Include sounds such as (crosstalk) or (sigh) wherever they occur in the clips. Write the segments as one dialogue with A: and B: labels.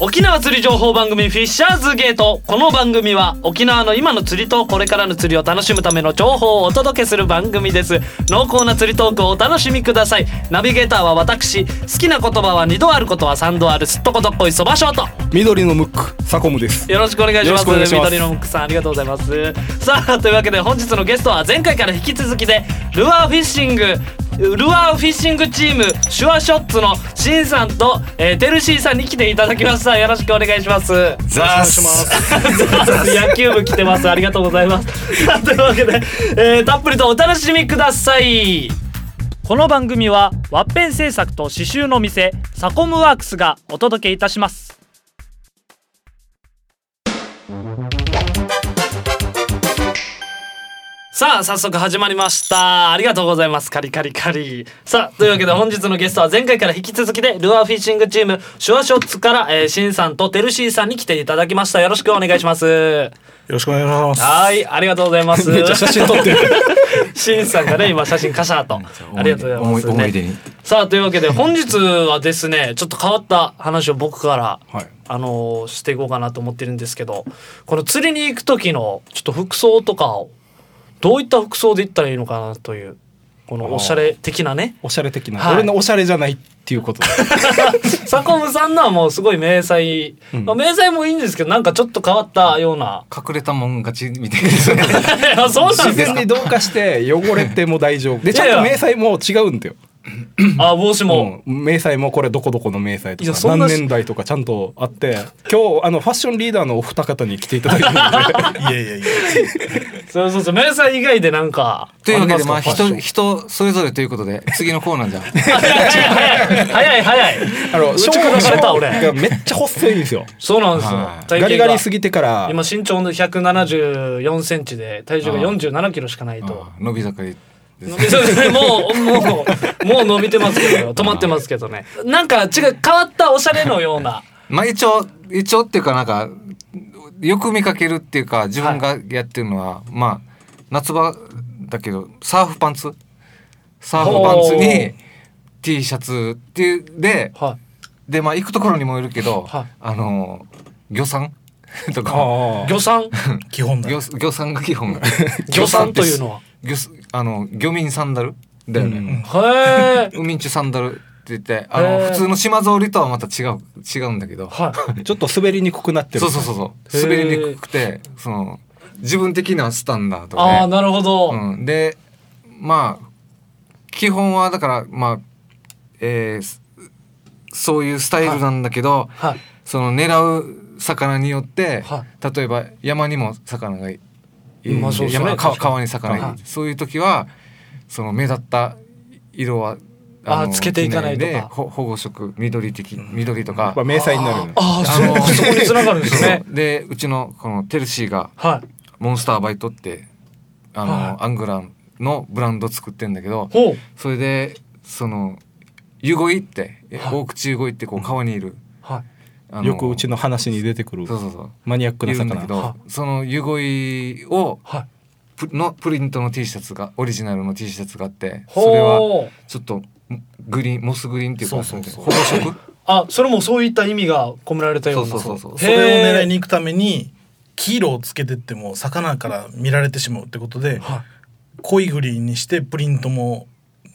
A: 沖縄釣り情報番組フィッシャーズゲートこの番組は沖縄の今の釣りとこれからの釣りを楽しむための情報をお届けする番組です濃厚な釣りトークをお楽しみくださいナビゲーターは私好きな言葉は2度あることは3度あるすっとことっこいそばショート
B: 緑のムックサコムです
A: よろしくお願いします
B: よろしくお願いし
A: 緑
B: ます
A: のムックさんありがとうございますさあというわけで本日のゲストは前回から引き続きでルアーフィッシングルアーフィッシングチームシュアショッツのシンさんと、えー、テルシーさんに来ていただきましたよろしくお願いします
C: ザース
A: 野球部来てますありがとうございますさあというわけで、えーたっぷりとお楽しみくださいこの番組はワッペン製作と刺繍の店サコムワークスがお届けいたしますさあ早速始まりましたありがとうございますカリカリカリさあというわけで本日のゲストは前回から引き続きでルアーフィッシングチームシュワショッツから、えー、シンさんとテルシーさんに来ていただきましたよろしくお願いします
C: よろしくお願いします。
A: はい、ありがとうございます。
B: めっちゃ写真撮ってる
A: (laughs) シンさんがね、今写真カシャーと。ありがとうございます、ね。
C: 思い出に。。
A: さあ、というわけで、本日はですね、ちょっと変わった話を僕から、
B: はい
A: あのーしていこうかなと思ってるんですけど、この釣りに行く時の、ちょっと服装とかを、どういった服装で行ったらいいのかなという、このおしゃれ的なね。
B: おしゃれ的な、
A: はい
B: 俺のおしゃれじゃないっていうこと
A: (laughs) サコムさんのはもうすごい迷彩、
B: うん
A: まあ迷彩もいいんですけど、なんかちょっと変わったような
C: 隠れたもん勝ちみたいですね。
A: (laughs) いやそうなん
B: (laughs) 自
A: です
B: 然
A: か
B: にどうかして汚れても大丈夫でちゃんと明細も違うんだよ
A: あ、帽子も。
B: うん、明細もこれどこどこの明細と
A: いや
B: か
A: そんな
B: 何年代とかちゃんとあって今日あのファッションリーダーのお二方に来ていただいてるんで
C: いやいやいや。
A: そうそうそう、迷彩以外でなんか。
C: というわけで、まあ、
B: ありますか
C: 人、人それぞれということで、次のコーナーじゃ。
A: 早い早い早い
B: あ (laughs) の
A: 打ち砕かれた俺
B: ショーがめっちゃ細いんですよ
A: そうなんですよ
C: はい
A: 体型が
B: ガリガリすぎてから
A: 今身長の174センチで体重が
C: あ
A: 47キロしかないと
C: あ伸び盛りです。
A: そうですねもうもうもう伸びてますけど止まってますけどねなんか違う変わったおしゃれのような
C: まあ、一応、一応っていうか、なんか、よく見かけるっていうか、自分がやってるのは、まあ、夏場だけど、サーフパンツ。サーフパンツに T シャツっていう、で、
A: は
C: で、まあ、行くところにもよるけど、
A: はい
C: あの、魚産 (laughs) とか。
B: あ
A: い魚産
D: 基本だ
C: 魚魚産が
A: (laughs)
C: 基本
A: 魚産というのは
C: 魚すあの漁民サンダルだよね、
A: へえ
C: 海んちサンダルって言ってあの
A: へー
C: 普通の島ぞりとはまた違う違うんだけど
A: は
B: あちょっと滑りにくくなってる
C: そうそうそうそう
A: へー
C: 滑りにくくてその自分的なスタンダー
A: い
C: ド
A: ああ
C: で、
A: なるほど、
C: うん、でまあ基本はだからまあえーすそういうスタイルなんだけど、
A: はい
C: その狙う魚によって、
A: は
C: 例えば山にも魚がいい
A: まあそうですね
C: 山
A: 確か
C: 川
A: に
C: 川に魚がいる、
A: はい
C: そういう時はその目立った色は
A: あーつけていかないとか
C: 着でほ保護色緑的緑と
B: や
C: か
B: っぱ明細になるね
A: ああそ
C: あの
A: うそこに繋がるんですね
C: そうでうちのこのテルシーが
A: はい
C: モンスターバイトってあの、
A: は
C: アングラのブランド作ってんだけど
A: ほう
C: それでその湯ゴイってえ
A: はい
C: 大口湯ゴイってこう川にいる、
A: はい
C: あ
B: よくうちの話に出てくる
C: そうそうそう
B: マニアックない
C: るんだけ
B: 魚
C: どその湯ごいを
A: はい
C: プのプリントの T シャツがオリジナルの T シャツがあってそれは
A: ほう
C: ちょっとグリーンモスグリーンっていうか
D: そうそうそう
C: 保護色
A: あそれもそういった意味が込められたような
C: そうそうそうそう
D: それを狙い
A: に
D: に行くために黄色をつけてっても魚から見られてしまうってことで
A: はい
D: 濃いグリーンにしてプリントも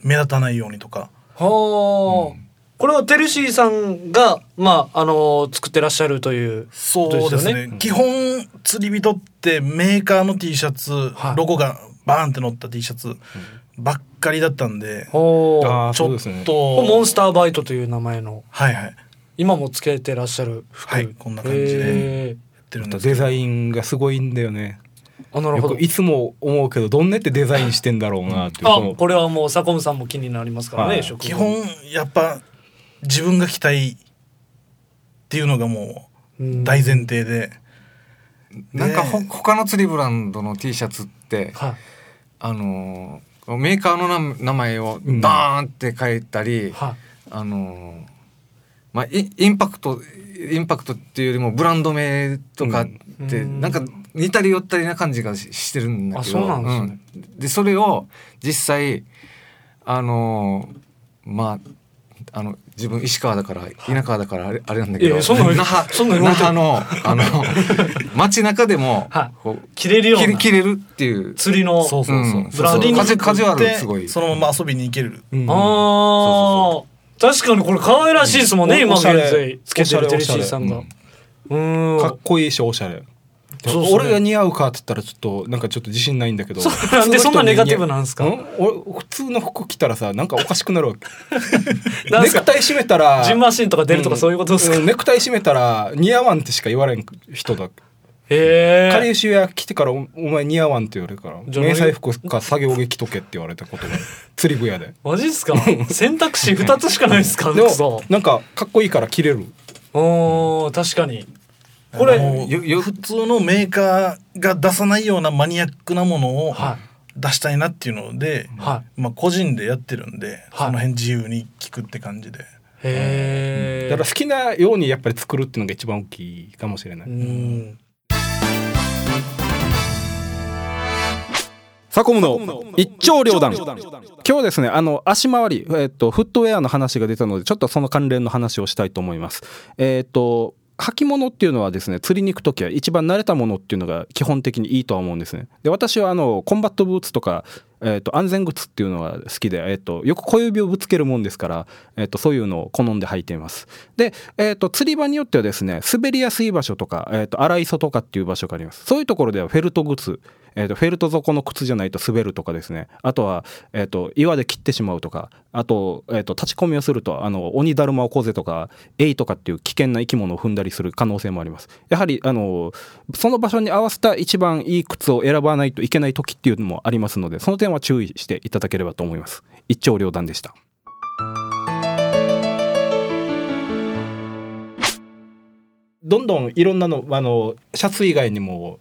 D: 目立たないようにとか
A: はあ、
C: うん
A: これはテルシーさんが、まあ、あの作ってらっしゃるという。
D: そうですね基本釣り人ってメーカーの T シャツ、
A: はい
D: ロゴがバーンって乗った T シャツばっかりだったんで、
A: ほ
B: あー
D: ちょ
B: そ
D: っ
B: う
D: と
B: ですね
A: モンスターバイトという名前の、
D: はいはいや
A: 今もつけてらっしゃる服。
D: はいこんな感じで
A: へ
D: ってるん
B: また
D: です
B: デ
D: けど
B: ザインがすごいんだよね
A: ー。あ、なる
B: よ
A: ほど
B: く。いつも思うけどどんねってデザインしてんだろうなっていうそ
A: あ
B: の、
A: これはもうサコムさんも気になりますからね、
B: はい
A: 職業
D: 基本やっぱ自分が着たいっていうのがもう大前提で、
C: なんかほ他の釣りブランドの T シャツって
A: は
C: あのーメーカーの名名前を
B: うん
C: バーンって書いたり、
A: い。はい。
C: あのーまあ、イインパクトインパクトっていうよりもブランド名とかって、
A: うん
C: なんか似たり寄ったりな感じがししてるんだけど
A: あそうなんです
C: うんでそれを実際あのーまああの自分石川だから田舎だからあれあれなんだけ
B: い
C: ど
B: やそんな
C: 那覇
B: そんな
C: 那覇のあの街中でも
A: はい
C: こう
A: 切れるよ
C: 切
A: う
C: れ
A: な
C: 切れるっていう
A: 釣りの
B: そうそうそう、
C: ん
A: ブランディング
C: そうそうカジュカジュアルすご
D: で
C: い
D: そのまま遊びに行ける
B: うん
A: ああ確かにこれ可愛らしいですもんね
B: うん
A: 今
B: お
A: 現
B: しゃれ
A: 在つけてるジェリシーさんが
C: おし
A: うーん
B: かっこいいしおしゃれ
A: そうそう
B: 俺が似合うかって言ったらちょっとなんかちょっと自信ないんだけど
A: そうなんで
B: 普通の人
A: そんなネガティブなんすか
B: に俺普通の服着たらさなんかおかしくなるわけ
A: なん
B: ネ
A: すか
B: クタイ締めたら
A: ジンマシンとか出るとかそういうことですか
B: んんネクタイ締めたら似合わんってしか言われん人だ
A: へ
B: かり
A: え
B: ゆしや来てからおお前似合わんって言われるから
A: じゃあ
B: 迷彩服か作業着着とけって言われたことが釣り具屋で
A: マジっすか選択肢2つしかないっすか
B: (laughs) で
A: 服装
B: もなんかかっこいいから着れる
A: おー確かにこ
D: こ
A: れ
D: れ
C: よよ
D: 普通のメーカーが出さないようなマニアックなものを
A: は
D: 出したいなっていうので、
A: いはい
D: まあ、個人でやってるんで、その辺自由に聞くって感じ
A: へ
D: で
B: だ
A: え
B: から好きなようにやっぱり作るっていうのが一番大きいかもしれない、
A: うん
B: サコムの一丁両断今日ですねあの足回り、えっとフットウェアの話が出たのでちょっとその関連の話をしたいと思いますえっ、と履物っていうのはですね釣りに行く時は一番慣れたものっていうのが基本的にいいとは思うんですねで私はあのコンバットブーツとか、えっと安全靴っていうのが好きで、えっとよく小指をぶつけるもんですから、えっとそういうのを好んで履いていますで、えっと釣り場によってはですね滑りやすい場所とか、えっと荒磯とかっていう場所がありますそういうところではフェルト靴えー、とフェルト底の靴じゃないと滑るとかですねあとは、えー、と岩で切ってしまうとかあと,、えー、と立ち込みをするとあの鬼だるまをこぜとかエイとかっていう危険な生き物を踏んだりする可能性もありますやはりあのその場所に合わせた一番いい靴を選ばないといけない時っていうのもありますのでその点は注意していただければと思います一長両断でしたどんどんいろんなのあのシャツ以外にも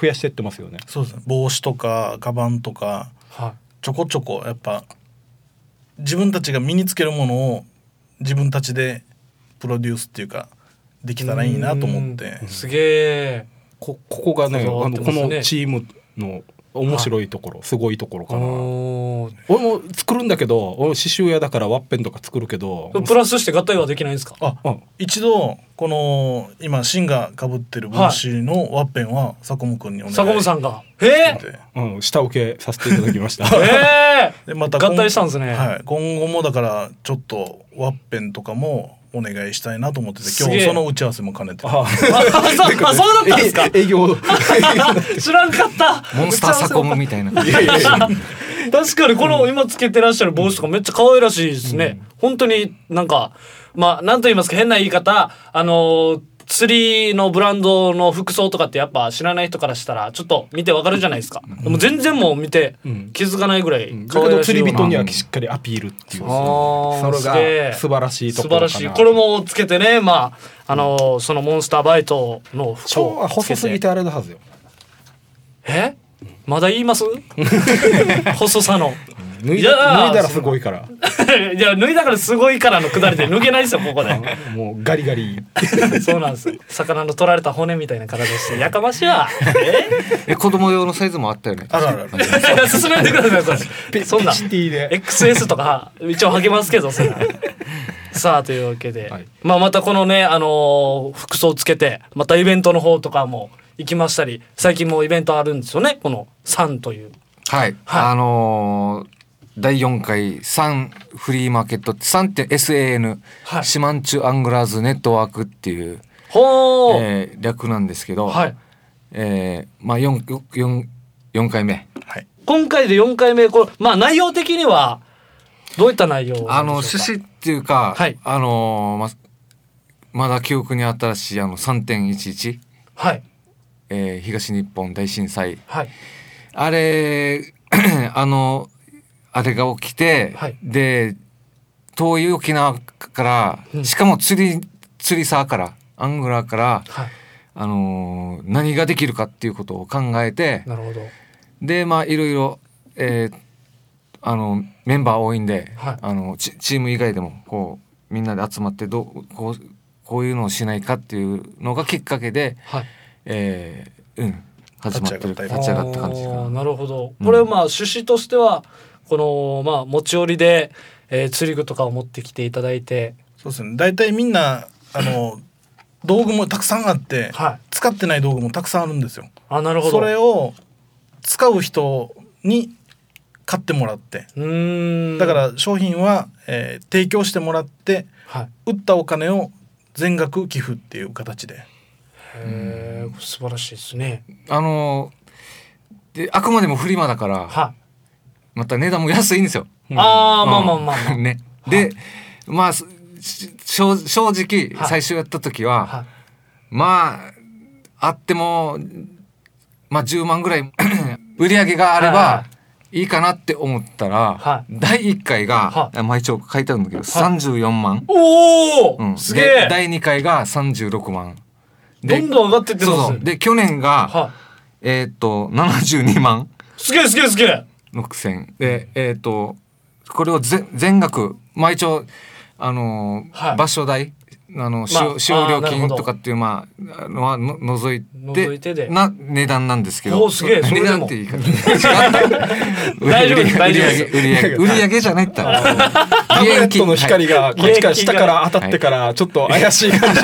B: 増やしてってますよね
D: そうですね帽子とかカバンとか
A: は
D: ちょこちょこやっぱ自分たちが身につけるものを自分たちでプロデュースっていうかできたらいいなと思って
A: いすげえ
B: こここがねあ
A: こだわっ
B: の
A: てま
B: こ
A: すね
B: のチームの面白いところ、すごいところかな
A: おー
B: 俺も作るんだけど俺刺繍屋だからワッペンとか作るけど
A: プラスして合体はできないんですか
D: あ
B: うん
D: 一度この今シンがかぶってる帽子のワッペンは佐久間君にお願い
A: 坂本さんがえー、
D: で
B: うん、下請けさせていただきました、
A: (laughs) えー、
D: でまた
A: 合体したんですね
D: はい、今後もだからちょっとワッペンとかもお願いしたいなと思ってて
A: す
D: 今
A: げえ
D: 日その打ち合わせも兼ねて
B: あ
A: あそうあそうだったんですか
B: 営業
A: 知らんかった
C: モンスターサコムみたいな感じ
A: 確かにこの今つけてらっしゃる帽子とかめっちゃ可愛らしいですね、本当になんかまあなんと言いますか変な言い方あのー釣りのブランドの服装とかってやっぱ知らない人からしたらちょっと見てわかるじゃないですか、でも全然もう見て
B: ん
A: 気づかないぐらい可
B: だけ
A: 愛
B: ど
A: らしい
B: 釣
A: よ
B: り
A: うな
B: 人にはしっかりアピールっていう
A: あ
B: そ
A: ー
B: れ
A: すげえ
B: が素晴らしいと
A: 素
B: ころ
A: 晴
B: かな
A: らしいこれもつけてねまああのーそのモンスターバイトの服
B: 超
A: をつけ
B: 細すぎてあれだはずよ
A: えまだ言い
B: (laughs)
A: ます細さの (laughs)
B: 脱い
A: いやー
B: だ脱いだらすごいから
A: いや脱いだからすごいからのくだりで脱げないですよここで
B: もうガリガリ (laughs)
A: そうなんですよ魚の取られた骨みたいな体してやかましい
B: (laughs)
A: わ
C: え子供用のサイズもあったよね
D: あるあるある
A: え進めてくださいそれそんな
B: シティで
A: XS とか一応励ますけどそんなさあというわけで、
B: はい
A: まあまたこのねあのー服装つけてまたイベントの方とかも行きましたり最近もイベントあるんですよねこの3という
C: はい、あのー第4回サンフリーマーケットサンって SAN、
A: はい
C: シマンチュアングラーズネットワークっていう、
A: ほー、
C: えー略なんですけど、
A: はい
C: えーまあ 4, 四四回目
D: はい
A: 今回で4回目これまあ内容的にはどういった内容なんでしょうか
C: あの趣旨っていうか、
A: はい
C: あのーままだ記憶に新しいあの3.11、
A: はい
C: えー東日本大震災
A: はい
C: あれ (clears throat) あのあれが起きて、
A: はい
C: で遠い沖縄から、
A: うん
C: しかも釣り釣りサーからアングラーから、
A: はい
C: あのー何ができるかっていうことを考えて
A: なるほど。
C: でまあいろいろ、えーあのメンバー多いんで、
A: はい
C: あのチチーム以外でもこうみんなで集まってどうこうこういうのをしないかっていうのがきっかけで、
A: はい。
C: えーうん始まってる
D: 立ち上がった
C: 立ち上がった感じか
A: あー
C: な。
A: なるほど。
C: うん
A: これまあ趣旨としてはこのまあ持ち寄りで、えー釣り具とかを持ってきていただいて
D: そうですね大体みんなあの道具もたくさんあって、
A: はい
D: 使ってない道具もたくさんあるんですよ。
A: あなるほど
D: それを使う人に買ってもらって
A: うーん
D: だから商品は、えー提供してもらって
A: はい
D: 売ったお金を全額寄付っていう形で
A: へー素晴らしいですね
C: あのであくまでもフリマだから
A: は
C: また値段も安いんですよ。
A: いああまあ
C: うん
A: まあまあまあ
C: ね。でまあすし正正直
A: はい
C: 最初やった時は、
A: はい
C: まああってもまあ10万ぐらい (clears throat) 売り上げがあれ
A: は
C: ばいいかなって思ったら、
A: は
C: 第1回が
A: は、
C: まあ一応書いてあるんだけど、34万、
A: おお、
C: うん
A: すげ
C: で
A: え
C: 第2回が36万
A: どんどん上がってって
C: そう
A: ます
C: そうで去年が、
A: は
C: えーっと72万
A: いすげえすげえすげえ
C: 6000でえーっとこれをぜ全額まあ一応あのー
A: はい
C: 場所代あの使
A: まあ
C: 用使用料
A: あーなるほ
C: 金
A: ど
C: とかっていうまああのはの除いて
A: 除いてで
C: な値段なんですけど
A: おーすげえそれ
C: 値
A: で
C: 段
A: も
C: っていいか大
A: (laughs) 大丈夫です大丈夫です
C: 売り
A: (laughs)
C: 上げ売り上げじゃないったら
B: タブレットの光がこっちから下から当たってからちょっと怪しい感じ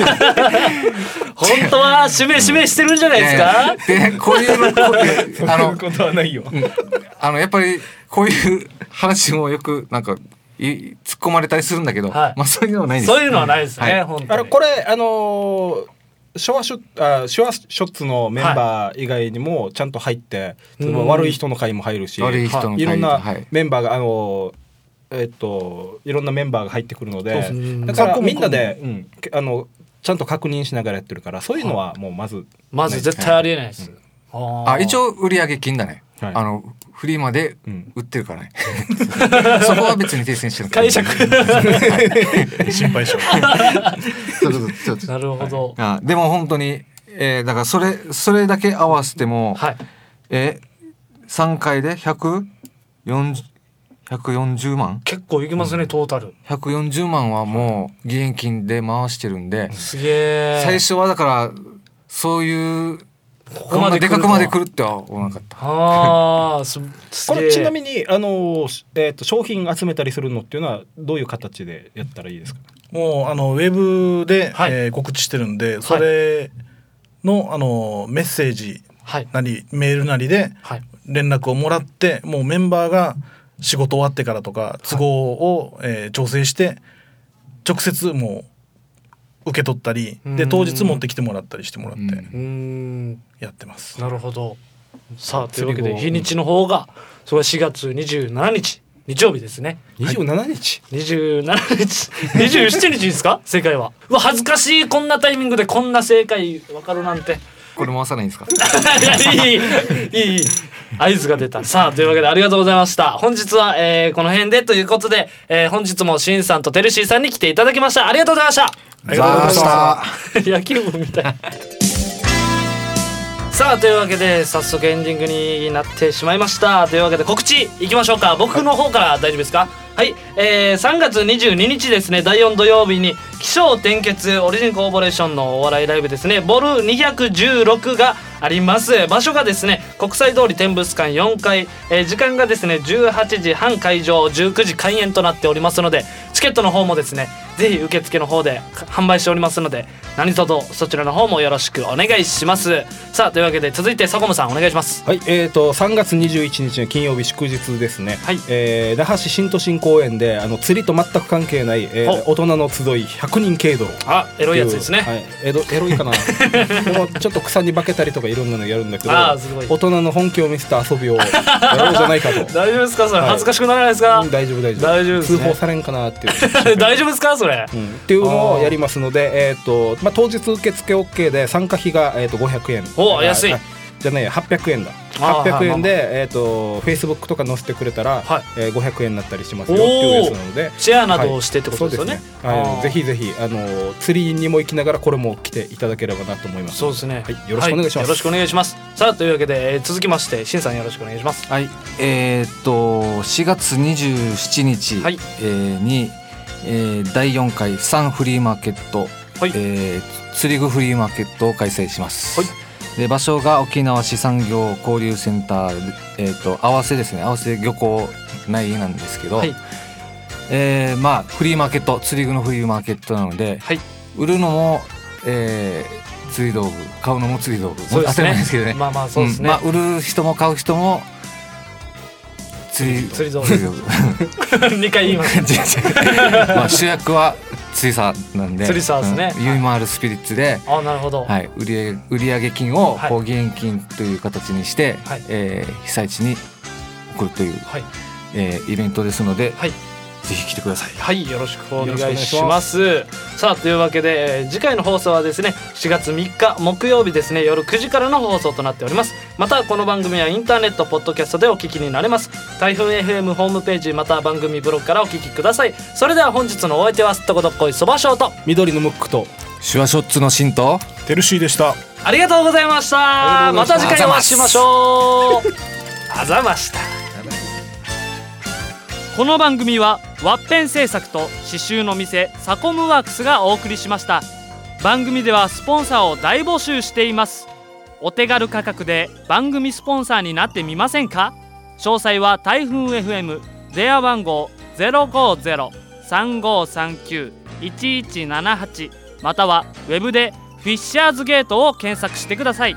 A: 本当はしめしめしてるんじゃないですか、
C: でこういうこういうあ
A: (laughs)
C: の
D: ことはないよ。
C: (laughs) あのやっぱりこういう話もよくなんかい突っ込まれたりするんだけど、
A: はい
C: まあそういうのはないです。
A: そういうのはないですね、
C: はい
A: 本
B: あ
A: 当
B: れ
A: に
B: これあのーショアショあショアショッツのメンバー以外にもちゃんと入って、例えば悪い人の会も入るし
C: 悪い人の会
B: いろんな
C: はい
B: メンバーが、あのーえっといろんなメンバーが入ってくるので
A: そうですね
B: だから
D: うん
B: みんなで、うんけあのちゃんと確認しながらやってるからそういうのはもうまず、
A: まず絶対ありえないです、ー
C: あ一応売上金だね。
B: はい
C: あのフリマで
B: うん
C: 売ってるからね。 (laughs) そこは別に訂正してる。
A: 解釈
D: 心配 (laughs) 性。
C: そうそうそうそ
A: (laughs)
C: う
A: なるほど
C: あでも本当に、えーだからそれそれだけ合わせても、
A: はい
C: え3回で140 140万
A: 結構いきますね、トータル
C: 140万はもう義援金で回してるんで、
A: すげえ
C: 最初はだからそういう
A: こ
C: こんなでかくまで来
A: る
C: るっては思わなかった。
A: ああすす
B: こ
A: げえ
B: れちなみにあのー、しえっと商品集めたりするのっていうのはどういう形でやったらいいですか
D: もうあのウェブで、
A: はい
D: えー告知してるんでそれの,、あのメッセージ
A: はい
D: なりメールなりで
A: はい
D: 連絡をもらってもうメンバーが仕事終わってからとか都合を、えー調整して直接もう受け取ったり
A: う
D: で
A: ん
D: 当日持ってきてもらったりしてもらっ
C: うん
D: て
A: うーん
D: やってます。
A: なるほどさあというわけ
C: 次
A: で
C: 号
A: 日にちの方がそれは4月27日日曜日ですね
B: 27日、
A: 27日27日ですか正解はうわ恥ずかしいこんなタイミングでこんな正解わかるなんて
C: これ回さないんですか。
A: いやいいいいいい合図が出たさあというわけでありがとうございました本日は、えーこの辺でということで、えー本日もしんさんとテルシーさんに来ていただきましたありがとうございました
D: ありがとうございまし
A: (laughs)
D: た。
A: 野球部みたいさあというわけで早速エンディングになってしまいましたというわけで告知いきましょうか僕の方から大丈夫ですかはい、えー3月22日ですね第4土曜日に気象転結オリジンコーポレーションのお笑いライブですねボル216があります場所がですね国際通り天物館4階、えー時間がですね18時半会場19時開演となっておりますのでチケットの方もですねぜひ受付の方で販売しておりますので何卒そちらの方もよろしくお願いしますさあというわけで続いてソコムさんお願いします
B: はい、えー、と3月21日の金曜日祝日ですね、
A: はい
B: えー那覇市新都心公園であの釣りと全く関係ない、えー
A: お
B: 大人の集い100人程度
A: あエ
B: エ
A: ロいやつですね、
B: はい、エロエ
A: (laughs)
B: ロいかなでもちょっと草に化けたりとかいろんなのやるんだけど
A: あーすごい
B: 大人の本気を見せた遊びをやろうじゃないか
A: (laughs)
B: と
A: 大丈夫ですかそれ
B: はい
A: 恥ずかしくならないですか、
B: うん大丈夫大丈夫
A: 大丈夫ですね
B: 通報されんかなってい
A: (laughs)
B: う
A: 大丈夫ですかそれ、
B: うんっていうのをやりますので、えーとまあ、当日受付 OK で参加費が、えー、と500円
A: お
B: あ
A: 安い
B: あじゃない800円だ
A: あー
B: 800円で、えー、と Facebook とか載せてくれたら、
A: はい
B: えー500円になったりしますよっていうやつなので
A: シェアなどをしてってことですよね,、
B: はいそうですねあの
A: あー
B: ぜひぜひあの釣りにも行きながらこれも来ていただければなと思います
A: そうですね、
B: はいよろしくお願いします
A: よろしくお願いしますさあというわけで、えー続きましてしんさんよろしくお願いします
C: (laughs) はい、えーっと4月27日、
A: はい
C: えーに、えー第4回サンフリーマーケット、
A: はい
C: えー釣り具フリーマーケットを開催します。
A: はい
C: で場所が沖縄市産業交流センター、えーっと合わせですね合わせ漁港内なんですけど、
A: はい
C: えーまあフリーマーケット釣り具のフリーマーケットなので、
A: はい
C: 売るのも、えー釣り道具買うのも釣り道具、
A: そうで
C: 当
A: す
C: たり
A: ね
C: 前ですけどね,、
A: まあまあそうですね、
C: んまあ、売る人も買う人も釣り
A: 釣り道具
C: 釣り道具
A: (laughs) 2回言います
C: (laughs) まあ主役は釣りさなんで
A: 釣り沢ですね
C: うんユーマールスピリッツで、
A: あなるほど、
C: はい、売り上げ売上金を
A: はい
C: こう現金という形にして、
A: はい
C: えー被災地に送るという、
A: はい
C: えーイベントですので、
A: はい
C: ぜひ来てください。
A: はい、よろしくお願
C: よ
A: い
C: ろしく
A: し
C: お願いし
A: ま。
C: ます
A: さあというわけで、えー次回の放送はですね、4月3日木曜日ですね、夜9時からの放送となっております。またこの番組はインターネットポッドキャストでお聞きになれます。台風 FM ホームページまたは番組ブログからお聞きください。それでは本日のお相手はすっとこどっこいそばショート。
B: 緑のムックと
C: シュワショッツの神と
D: テルシーでした
A: ありがとうございました。ま
C: りがと
A: た
C: うござい
A: 次回お
C: ました
A: 会いしましょう。あざました。この番組はワッペン製作と刺繍の店サコムワークスがお送りしました番組ではスポンサーを大募集していますお手軽価格で番組スポンサーになってみませんか詳細は台風 FM 電話番号050-3539-1178またはウェブでフィッシャーズゲートを検索してください